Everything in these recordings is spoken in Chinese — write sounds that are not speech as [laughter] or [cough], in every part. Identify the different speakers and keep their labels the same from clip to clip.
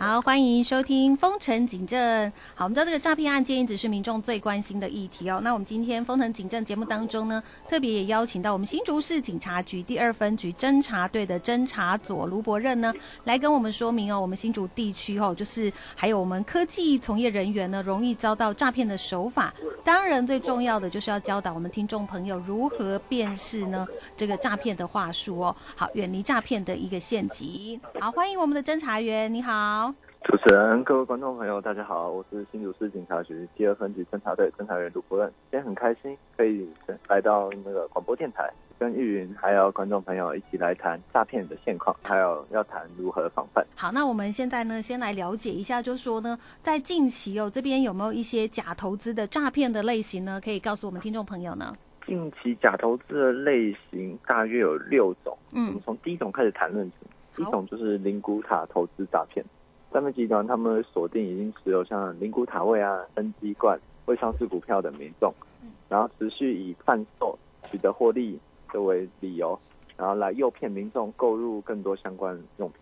Speaker 1: 好，欢迎收听《风城警政》。好，我们知道这个诈骗案件一直是民众最关心的议题哦。那我们今天《风城警政》节目当中呢，特别也邀请到我们新竹市警察局第二分局侦查队的侦查佐卢伯任呢，来跟我们说明哦，我们新竹地区哦，就是还有我们科技从业人员呢，容易遭到诈骗的手法。当然，最重要的就是要教导我们听众朋友如何辨识呢这个诈骗的话术哦。好，远离诈骗的一个陷阱。好，欢迎我们的侦查员，你好。
Speaker 2: 主持人、各位观众朋友，大家好，我是新竹市警察局第二分局侦查队侦查员卢国任。今天很开心可以来到那个广播电台，跟玉云还有观众朋友一起来谈诈骗的现况，还有要谈如何防范。
Speaker 1: 好，那我们现在呢，先来了解一下，就说呢，在近期哦，这边有没有一些假投资的诈骗的类型呢？可以告诉我们听众朋友呢？
Speaker 2: 近期假投资的类型大约有六种，我
Speaker 1: 嗯
Speaker 2: 们，从第一种开始谈论起。第一
Speaker 1: 好
Speaker 2: 种就是灵骨塔投资诈骗，诈骗集团他们锁定已经持有像灵骨塔位啊、生机罐未上市股票的民众
Speaker 1: 嗯，
Speaker 2: 然后持续以贩售取得获利作为理由，然后来诱骗民众购入更多相关用品，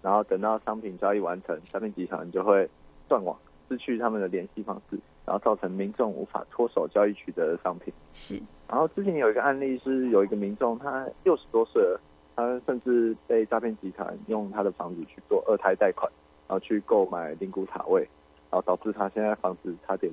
Speaker 2: 然后等到商品交易完成，诈骗集团就会断网，失去他们的联系方式，然后造成民众无法脱手交易取得的商品。
Speaker 1: 是，
Speaker 2: 然后之前有一个案例是有一个民众，他六十多岁了，他甚至被诈骗集团用他的房子去做二胎贷款，然后去购买灵骨塔位，然后导致他现在房子差点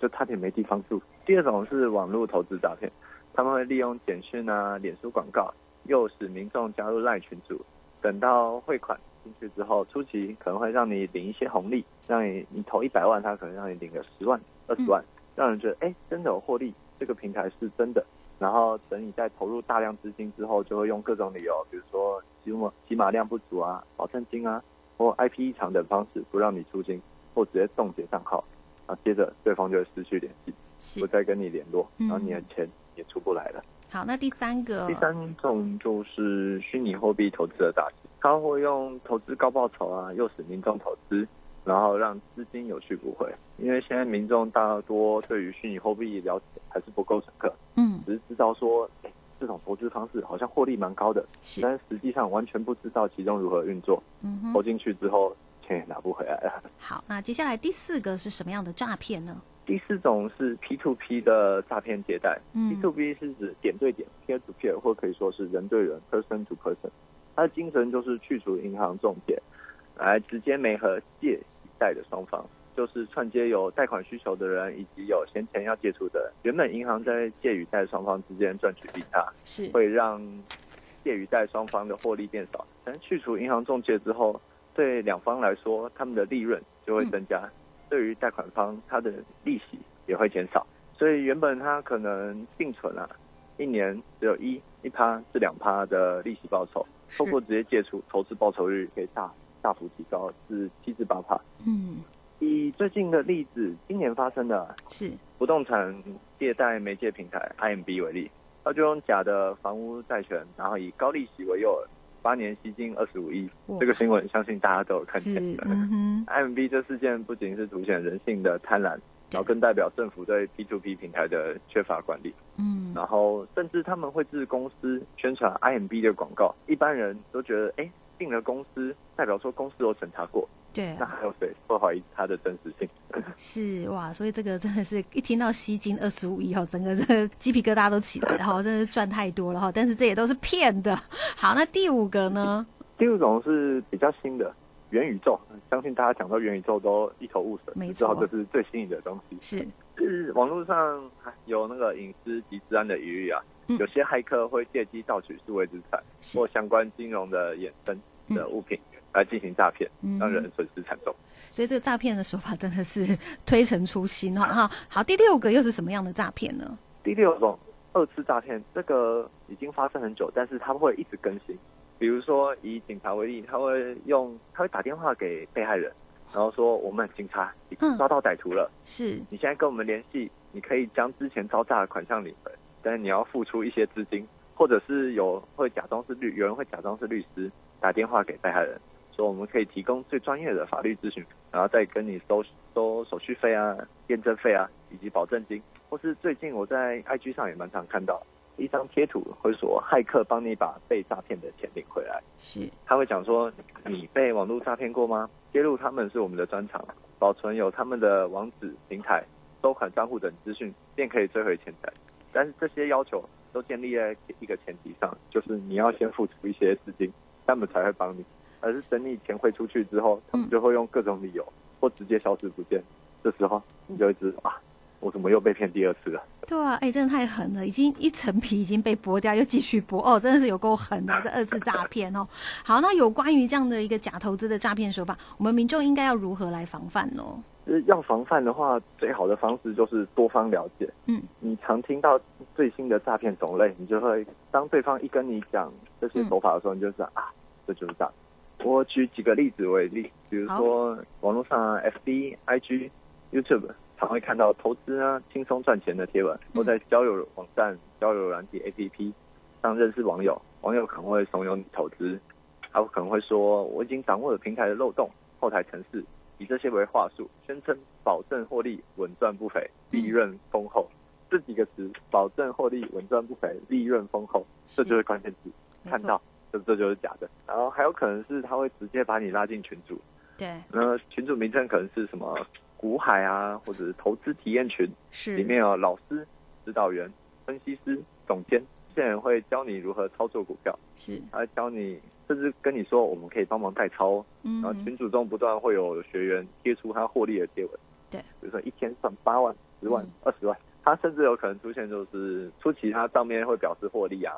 Speaker 2: 就差点没地方住。第二种是网络投资诈骗，他们会利用简讯啊、脸书广告，诱使民众加入赖群组，等到汇款进去之后，初期可能会让你领一些红利，让你你投一百万，他可能让你领个十万、二十万，让人觉得哎、诶真的有获利，这个平台是真的。然后等你再投入大量资金之后，就会用各种理由，比如说起码起码量不足啊、保证金啊，或 IP 异常等方式不让你出金，或直接冻结账号，啊，接着对方就会失去联系，
Speaker 1: 是。
Speaker 2: 不再跟你联络，
Speaker 1: 嗯
Speaker 2: 然后你的钱也出不来了。
Speaker 1: 好，那第三个，
Speaker 2: 第三种就是虚拟货币投资的诈欺，他会用投资高报酬啊，诱使民众投资，然后让资金有去不回。因为现在民众大多对于虚拟货币了解还是不够深刻，
Speaker 1: 嗯，
Speaker 2: 只是知道说，哎，这种投资方式好像获利蛮高的，
Speaker 1: 是，
Speaker 2: 但是实际上完全不知道其中如何运作，
Speaker 1: 嗯哼
Speaker 2: 投，进去之后钱也拿不回来了。
Speaker 1: 好，那接下来第四个是什么样的诈骗呢？
Speaker 2: 第四种是 P to P 的诈骗借贷，P
Speaker 1: 嗯
Speaker 2: to P 是指点对点 （peer to peer） 或可以说是人对人 （person to person）。它的精神就是去除银行重点，来直接媒合借与贷的双方，就是串接有贷款需求的人以及有闲钱要借出的人。原本银行在借与贷双方之间赚取利差，
Speaker 1: 是，
Speaker 2: 会让借与贷双方的获利变少。但去除银行中介之后，对两方来说，他们的利润就会增加，对于贷款方，他的利息也会减少。所以原本他可能定存啊，一年只有一一趴至两趴的利息报酬，
Speaker 1: 是
Speaker 2: 透，过直接借出，投资报酬率可以大大幅提高至七至八趴。
Speaker 1: 嗯，
Speaker 2: 以最近的例子，今年发生的啊
Speaker 1: 是，
Speaker 2: 不动产借贷媒介平台 IMB 为例，它就用假的房屋债权，然后以高利息为诱饵，八年吸金二十五亿
Speaker 1: 哇。
Speaker 2: 这个新闻相信大家都有看
Speaker 1: 是
Speaker 2: 见。，
Speaker 1: 嗯哼，
Speaker 2: IMB 这事件不仅是凸显人性的贪婪，然后更代表政府对 P2P 平台的缺乏管理。
Speaker 1: 嗯，
Speaker 2: 然后甚至他们会自公司宣传 IMB 的广告，一般人都觉得，哎，进了公司代表说公司有审查过，
Speaker 1: 对
Speaker 2: 那，还有谁会怀疑它的真实性？
Speaker 1: 是哇，所以这个真的是一听到吸金二十五亿哦，整个这个鸡皮疙瘩都起来了，然后真的是赚太多了哈。但是这也都是骗的。好，那第五个呢？
Speaker 2: 第五种是比较新的元宇宙，相信大家讲到元宇宙都一头雾水，
Speaker 1: 没
Speaker 2: 知道
Speaker 1: 错
Speaker 2: 这是最新颖的东西。
Speaker 1: 是
Speaker 2: 是网络上有那个隐私及治安的疑虑啊，
Speaker 1: 嗯
Speaker 2: 有些骇客会借机盗取数位资产
Speaker 1: 是
Speaker 2: 或相关金融的衍生的物品来进行诈骗，
Speaker 1: 嗯
Speaker 2: 让人损失惨重。
Speaker 1: 所以这个诈骗的手法真的是推陈出新哦哈、哈。好，第六个又是什么样的诈骗呢？
Speaker 2: 第六种二次诈骗，这个已经发生很久，但是它会一直更新。比如说以警察为例，他会用他会打电话给被害人，然后说我们警察已经
Speaker 1: 嗯
Speaker 2: 抓到歹徒了。
Speaker 1: 是
Speaker 2: 你现在跟我们联系，你可以将之前招诈的款项领回，但是你要付出一些资金，或者是有会假装是律，有人会假装是律师打电话给被害人，说我们可以提供最专业的法律咨询，然后再跟你收收手续费啊、验证费啊以及保证金，或是最近我在 IG 上也蛮常看到，一张贴图会说骇客帮你把被诈骗的钱领回来。
Speaker 1: 是
Speaker 2: 他会讲说你被网络诈骗过吗？揭露他们是我们的专长，保存有他们的网址、平台、收款账户等资讯，便可以追回钱财。但是这些要求都建立在一个前提上，就是你要先付出一些资金，他们才会帮你。而是等你钱汇出去之后，他们就会用各种理由或直接消失不见。这时候你就会知道啊，我怎么又被骗第二次了？
Speaker 1: 对啊，哎、真的太狠了，已经一层皮已经被剥掉，又继续剥，哦，真的是有够狠的，这二次诈骗哦。好，那有关于这样的一个假投资的诈骗手法，我们民众应该要如何来防范呢？
Speaker 2: 就是呃要防范的话，最好的方式就是多方了解。
Speaker 1: 嗯，
Speaker 2: 你常听到最新的诈骗种类，你就会当对方一跟你讲这些手法的时候，你就知道啊，这就是诈骗。我举几个例子为例，比如说网络上啊 FB、IG、YouTube 常会看到投资啊、轻松赚钱的贴文，或在交友网站、交友软体 APP 上认识网友，网友可能会怂恿你投资，他可能会说我已经掌握了平台的漏洞、后台程式，以这些为话术，宣称保证获利、稳赚不赔、
Speaker 1: 嗯
Speaker 2: 利润丰厚。这几个词，保证获利、稳赚不赔、利润丰厚，这就是关键词。
Speaker 1: 嗯没
Speaker 2: 看
Speaker 1: 错
Speaker 2: 到，这这就是假的。然后还有可能是他会直接把你拉进群组，
Speaker 1: 对，
Speaker 2: 那群组名称可能是什么股海啊，或者是投资体验群，
Speaker 1: 是
Speaker 2: 里面有老师、指导员、分析师、总监，这些人会教你如何操作股票，
Speaker 1: 是，
Speaker 2: 还会教你，甚至跟你说我们可以帮忙代操哦。
Speaker 1: 嗯
Speaker 2: 然后
Speaker 1: 哼，
Speaker 2: 群组中不断会有学员贴出他获利的贴文，
Speaker 1: 对
Speaker 2: 比如说一天赚八万、十万
Speaker 1: 嗯、
Speaker 2: 二十万，他甚至有可能出现就是出奇，他账面会表示获利啊，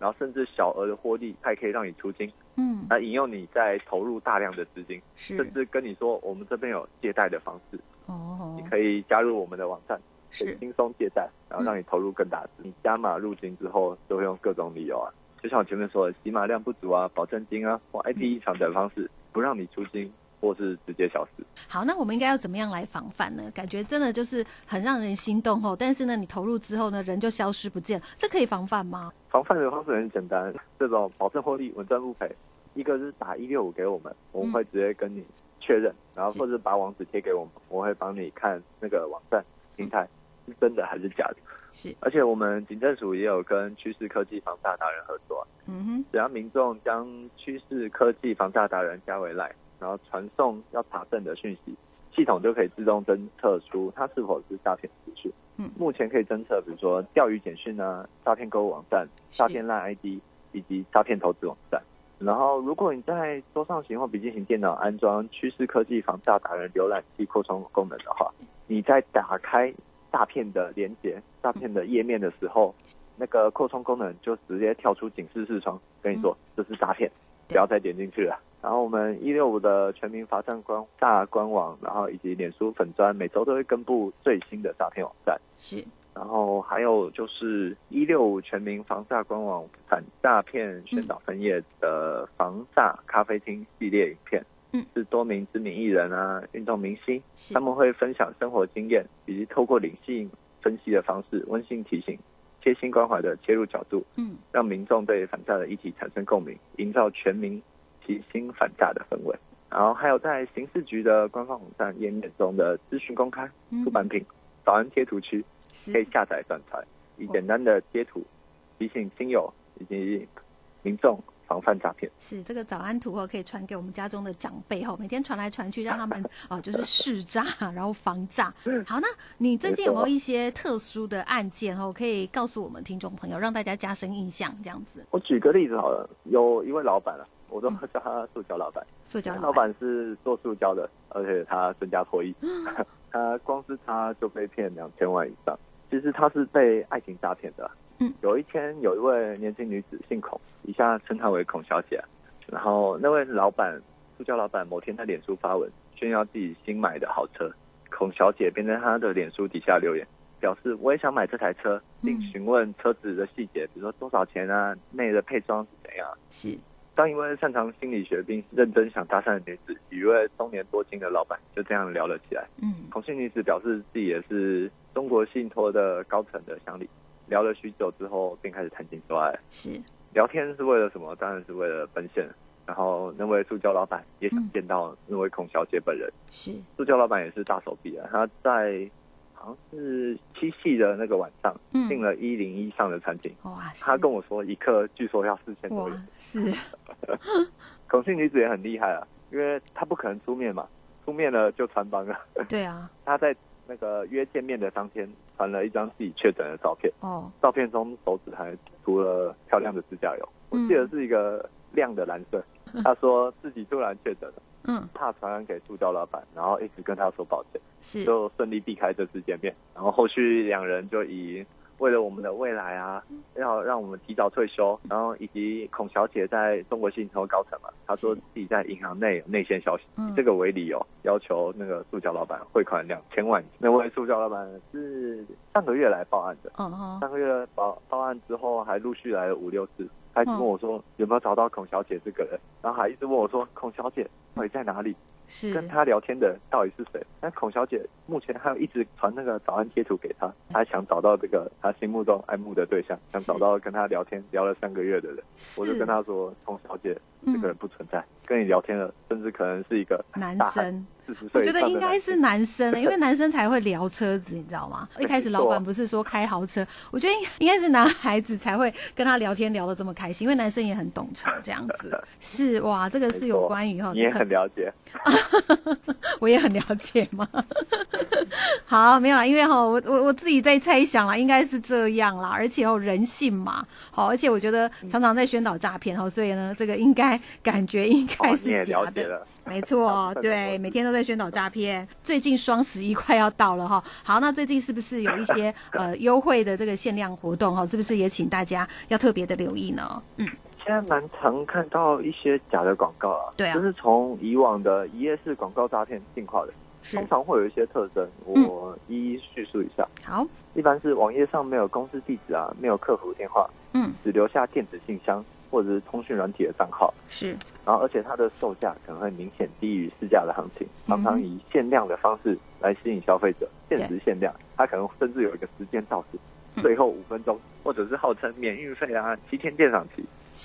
Speaker 2: 然后甚至小额的获利，他也可以让你出金，
Speaker 1: 嗯，
Speaker 2: 他引诱你再投入大量的资金，甚
Speaker 1: 是，
Speaker 2: 至跟你说我们这边有借贷的方式，
Speaker 1: 哦
Speaker 2: 你，可以加入我们的网站，可以
Speaker 1: 是，
Speaker 2: 轻松借贷，然后让你投入更大资金。你加码入金之后，就会用各种理由啊，就像我前面说的，洗码量不足啊、保证金啊或 IP 异常等方式，不让你出金，或是直接消失。
Speaker 1: 好，那我们应该要怎么样来防范呢？感觉真的就是很让人心动哦，但是呢，你投入之后呢，人就消失不见了，这可以防范吗？
Speaker 2: 防范的方式很简单， [laughs] 这种保证获利、稳赚不赔，一个是打一六五给我们，我们会直接跟你确认，然后或者把网址贴给我们，我会帮你看那个网站平台是真的还是假的。
Speaker 1: 是，
Speaker 2: 而且我们警政署也有跟趋势科技防诈达人合作啊、
Speaker 1: 嗯哼，
Speaker 2: 只要民众将趋势科技防诈达人加为 l 然后传送要查证的讯息，系统就可以自动侦测出它是否是诈骗资讯。
Speaker 1: 嗯
Speaker 2: 目前可以侦测，比如说钓鱼简讯啊、诈骗购物网站、
Speaker 1: 是
Speaker 2: 诈骗烂 ID 以及诈骗投资网站。然后，如果你在桌上型或笔记型电脑安装趋势科技防诈达人浏览器扩充功能的话，
Speaker 1: 嗯
Speaker 2: 你在打开诈骗的连接、诈骗的页面的时候，
Speaker 1: 嗯
Speaker 2: 那个扩充功能就直接跳出警示视窗，跟你说这是诈骗，
Speaker 1: 嗯对
Speaker 2: 不要再点进去了。然后我们一六五的全民罚站官大官网，然后以及脸书粉砖，每周都会公布最新的诈骗网站。
Speaker 1: 是，
Speaker 2: 然后还有就是一六五全民防诈官网反诈骗宣导分页的防诈咖啡厅系列影片，
Speaker 1: 嗯，
Speaker 2: 是多名知名艺人啊、运动明星，
Speaker 1: 是
Speaker 2: 他，们会分享生活经验，以及透过理性分析的方式，温馨提醒、贴心关怀的切入角度，
Speaker 1: 嗯。
Speaker 2: 让民众对反诈的议题产生共鸣，营造全民齐心反诈的氛围。然后还有在刑事局的官方网站页面中的资讯公开、
Speaker 1: 嗯
Speaker 2: 出版品、早安贴图区，可
Speaker 1: 是
Speaker 2: 以下载转传，以简单的贴图提醒亲友以及民众防范诈骗。
Speaker 1: 是，这个早安图哦，可以传给我们家中的长辈哦，每天传来传去，让他们
Speaker 2: [laughs]
Speaker 1: 哦就是试诈，然后防诈。
Speaker 2: 嗯
Speaker 1: 好，那你最近有没有一些特殊的案件哦，可以告诉我们听众朋友，让大家加深印象这样子？
Speaker 2: 我举个例子好了，有一位老板啊，我都叫他塑胶老板。
Speaker 1: 塑胶
Speaker 2: 老板是做塑胶的，而且他身家破亿，他光是他就被骗两千万以上。其实他是被爱情诈骗的。啊
Speaker 1: 嗯，
Speaker 2: 有一天有一位年轻女子姓孔，以下称她为孔小姐啊。然后那位老板，塑胶老板某天在脸书发文炫耀自己新买的豪车，孔小姐便在他的脸书底下留言，表示我也想买这台车，并
Speaker 1: 嗯
Speaker 2: 询问车子的细节，比如说多少钱啊，内的配装是怎样啊。
Speaker 1: 是
Speaker 2: 当一位擅长心理学并认真想搭讪的女子与一位中年多金的老板就这样聊了起来。
Speaker 1: 嗯
Speaker 2: 孔姓女子表示自己也是中国信托的高层的乡里，聊了啊许久之后便开始谈情说爱。
Speaker 1: 是
Speaker 2: 聊天是为了什么？当然是为了奔现。然后那位塑胶老板也想见到那位孔小姐本人。
Speaker 1: 是
Speaker 2: 塑胶老板也是大手笔啊，他在好像是七夕的那个晚上
Speaker 1: 嗯，
Speaker 2: 订了一零一上的餐厅，
Speaker 1: 哇，是
Speaker 2: 他跟我说一克据说要四千多
Speaker 1: 哇
Speaker 2: 元。
Speaker 1: 是，
Speaker 2: [laughs] 孔姓女子也很厉害啊，因为她不可能出面嘛，出面了就穿帮了。 [laughs]
Speaker 1: 对啊，
Speaker 2: 她在那个约见面的当天传了一张自己确诊的照片，
Speaker 1: 哦，
Speaker 2: 照片中手指还涂了漂亮的指甲油，我记得是一个亮的蓝色。她说自己突然确诊了，
Speaker 1: 嗯，
Speaker 2: 怕传染给塑胶老板，然后一直跟他说抱歉，
Speaker 1: 是，
Speaker 2: 就顺利避开这次见面。然后后续两人就以为了我们的未来啊，
Speaker 1: 嗯
Speaker 2: 要让我们提早退休，然后以及孔小姐在中国信托高层嘛，她说
Speaker 1: 是
Speaker 2: 自己在银行内有内线消息，
Speaker 1: 嗯
Speaker 2: 以这个为理由要求那个塑胶老板汇款两千万。那位塑胶老板是上个月来报案的，
Speaker 1: 哦哦，
Speaker 2: 上个月报报案之后，还陆续来了五六次，他一直问
Speaker 1: 嗯
Speaker 2: 我说有没有找到孔小姐这个人，然后还一直问我说孔小姐到底在哪里，
Speaker 1: 是，
Speaker 2: 跟她聊天的人到底是谁？但孔小姐目前还有一直传那个早安贴图给她，
Speaker 1: 嗯
Speaker 2: 她想找到这个她心目中爱慕的对象，想找到跟她聊天聊了三个月的人。我就是跟她说，孔小姐这
Speaker 1: 嗯
Speaker 2: 个人不存在，跟你聊天的甚至可能是一个
Speaker 1: 男
Speaker 2: 大汉
Speaker 1: 生，
Speaker 2: 四十岁
Speaker 1: 我
Speaker 2: 以
Speaker 1: 觉
Speaker 2: 上的
Speaker 1: 得
Speaker 2: 男生，
Speaker 1: 应该是男生欸了，因为男生才会聊车子，你知道吗？一开始老
Speaker 2: 没
Speaker 1: 板
Speaker 2: 错
Speaker 1: 不是说开豪车，我觉得应应该是男孩子才会跟他聊天聊得这么开心，因为男生也很懂车这样子。
Speaker 2: [laughs]
Speaker 1: 是哇，这个是有关于哈，
Speaker 2: 你也很了解。
Speaker 1: [laughs] 我也很了解嘛。 [laughs] 好，没有啦，因为哈，我我我自己在猜想啦，应该是这样啦，而且哦，人性嘛，好，而且我觉得
Speaker 2: 嗯
Speaker 1: 常常在宣导诈骗哦，所以呢，这个应该感觉 [laughs] 应该
Speaker 2: 哦，你也
Speaker 1: 是
Speaker 2: 了
Speaker 1: 假
Speaker 2: 解
Speaker 1: 的。
Speaker 2: 了，
Speaker 1: 没
Speaker 2: [laughs]
Speaker 1: 错，对，每天都在宣导诈骗。最近双十一快要到了哈，好，那最近是不是有一
Speaker 2: [laughs]
Speaker 1: 些呃优惠的这个限量活动哈？是不是也请大家要特别的留意呢？嗯，
Speaker 2: 现在蛮常看到一些假的广告啊，
Speaker 1: 对啊
Speaker 2: 就是从以往的一页式广告诈骗进化的，
Speaker 1: 是嗯
Speaker 2: 通常会有一些特征，我一一叙述一下。
Speaker 1: 好，
Speaker 2: 一般是网页上没有公司地址啊，没有客服电话，
Speaker 1: 嗯，
Speaker 2: 只留下电子信箱或者是通讯软体的账号，
Speaker 1: 是
Speaker 2: 然后而且它的售价可能会明显低于市价的行情，
Speaker 1: 嗯
Speaker 2: 常常以限量的方式来吸引消费者，限时限量，它可能甚至有一个时间到
Speaker 1: 嗯
Speaker 2: 时，最后五分钟，或者是号称免运费啊、七天鉴赏期、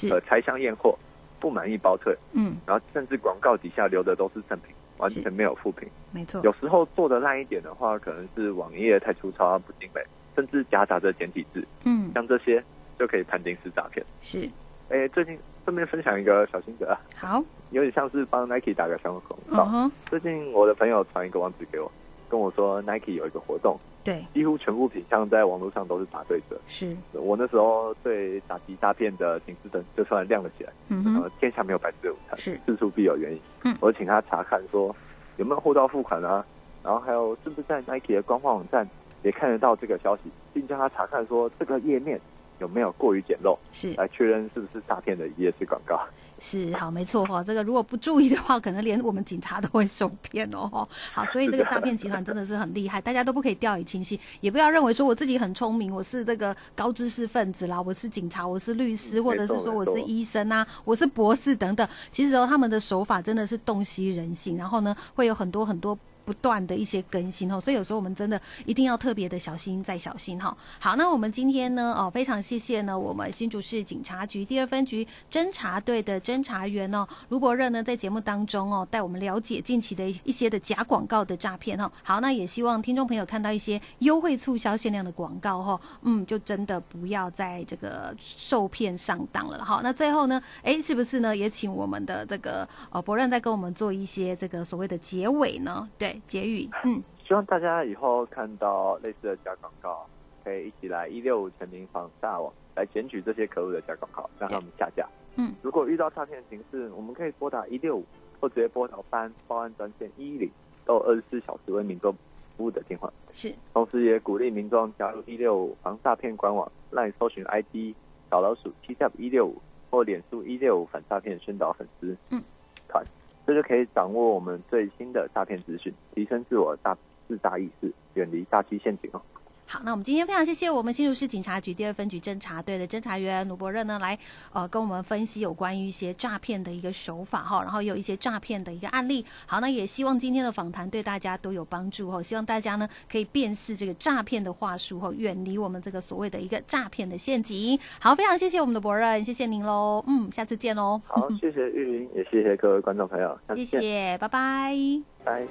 Speaker 2: 呃
Speaker 1: 是，
Speaker 2: 拆箱验货，不满意包退，
Speaker 1: 嗯，
Speaker 2: 然后甚至广告底下留的都是赠品，完
Speaker 1: 是
Speaker 2: 全没有负评。
Speaker 1: 没错，
Speaker 2: 有时候做的烂一点的话，可能是网页太粗糙啊、不精美，甚至夹杂着简体字，
Speaker 1: 嗯，
Speaker 2: 像这些就可以判定是诈骗。
Speaker 1: 是
Speaker 2: 哎，最近顺便分享一个小心得啊，
Speaker 1: 好，
Speaker 2: 有点像是帮 Nike 打个小广告。
Speaker 1: 嗯哼，
Speaker 2: 最近我的朋友传一个网址给我，跟我说 Nike 有一个活动，
Speaker 1: 对，
Speaker 2: 几乎全部品相在网络上都是打对折。
Speaker 1: 是，
Speaker 2: 我那时候对打击诈骗的警示灯就突然亮了起来。
Speaker 1: 嗯
Speaker 2: 呃，
Speaker 1: 哼，
Speaker 2: 天下没有白吃的午餐，
Speaker 1: 是
Speaker 2: 事出必有原因。
Speaker 1: 嗯
Speaker 2: 我请他查看说有没有货到付款啊，然后还有是不是在 Nike 的官方网站也看得到这个消息，并叫他查看说这个页面有没有过于简陋，
Speaker 1: 是。
Speaker 2: 来确认是不是诈骗的一页式广告。
Speaker 1: 是好，没错哦哈、这个如果不注意的话，可能连我们警察都会受骗哦哈。好，所以这个诈骗集团真的是很厉害，大家都不可以掉以轻心，也不要认为说我自己很聪明，我是这个高知识分子啦，我是警察，我是律师，
Speaker 2: 嗯
Speaker 1: 或者是
Speaker 2: 没错
Speaker 1: 说我
Speaker 2: 没错
Speaker 1: 是医生啊，我是博士等等。其实哦，他们的手法真的是洞悉人性，然后呢，会有很多很多。不断的一些更新哦，所以有时候我们真的一定要特别的小心再小心哈。好，那我们今天呢，哦，非常谢谢呢，我们新竹市警察局第二分局侦查队的侦查员哦，卢伯热呢，在节目当中哦，带我们了解近期的一些的假广告的诈骗哦。好，那也希望听众朋友看到一些优惠促销限量的广告哦，嗯，就真的不要在这个受骗上当了。好，那最后呢，哎，是不是呢，也请我们的这个呃伯任再跟我们做一些这个所谓的结尾呢？对，结语，嗯，
Speaker 2: 希望大家以后看到类似的假广告，可以一起来一六五全民防诈网来检举这些可恶的假广告，让他们下架。
Speaker 1: 嗯，
Speaker 2: 如果遇到诈骗形式，我们可以拨打一六五，或直接拨打办案报案专线一一零，都有二十四小时为民众服务的电话。
Speaker 1: 是
Speaker 2: 同时，也鼓励民众加入一六五防诈骗官网，让你搜寻 ID 小老鼠 T Tap 一六五或脸书一六五反诈骗宣导粉丝
Speaker 1: 嗯
Speaker 2: 团，这就可以掌握我们最新的诈骗资讯，提升自我大自大意识，远离诈欺陷阱哦。
Speaker 1: 好，那我们今天非常谢谢我们新竹市警察局第二分局侦查队的侦查员卢伯任呢，来呃跟我们分析有关于一些诈骗的一个手法哈，然后有一些诈骗的一个案例。好，那也希望今天的访谈对大家都有帮助哦，希望大家呢可以辨识这个诈骗的话术哦，远离我们这个所谓的一个诈骗的陷阱。好，非常谢谢我们的伯任，谢谢您喽，嗯，下次见喽，
Speaker 2: [laughs] 好，谢谢玉林，也谢谢各位观众朋友，下次
Speaker 1: 谢
Speaker 2: 见，
Speaker 1: 谢，拜拜。
Speaker 2: 拜。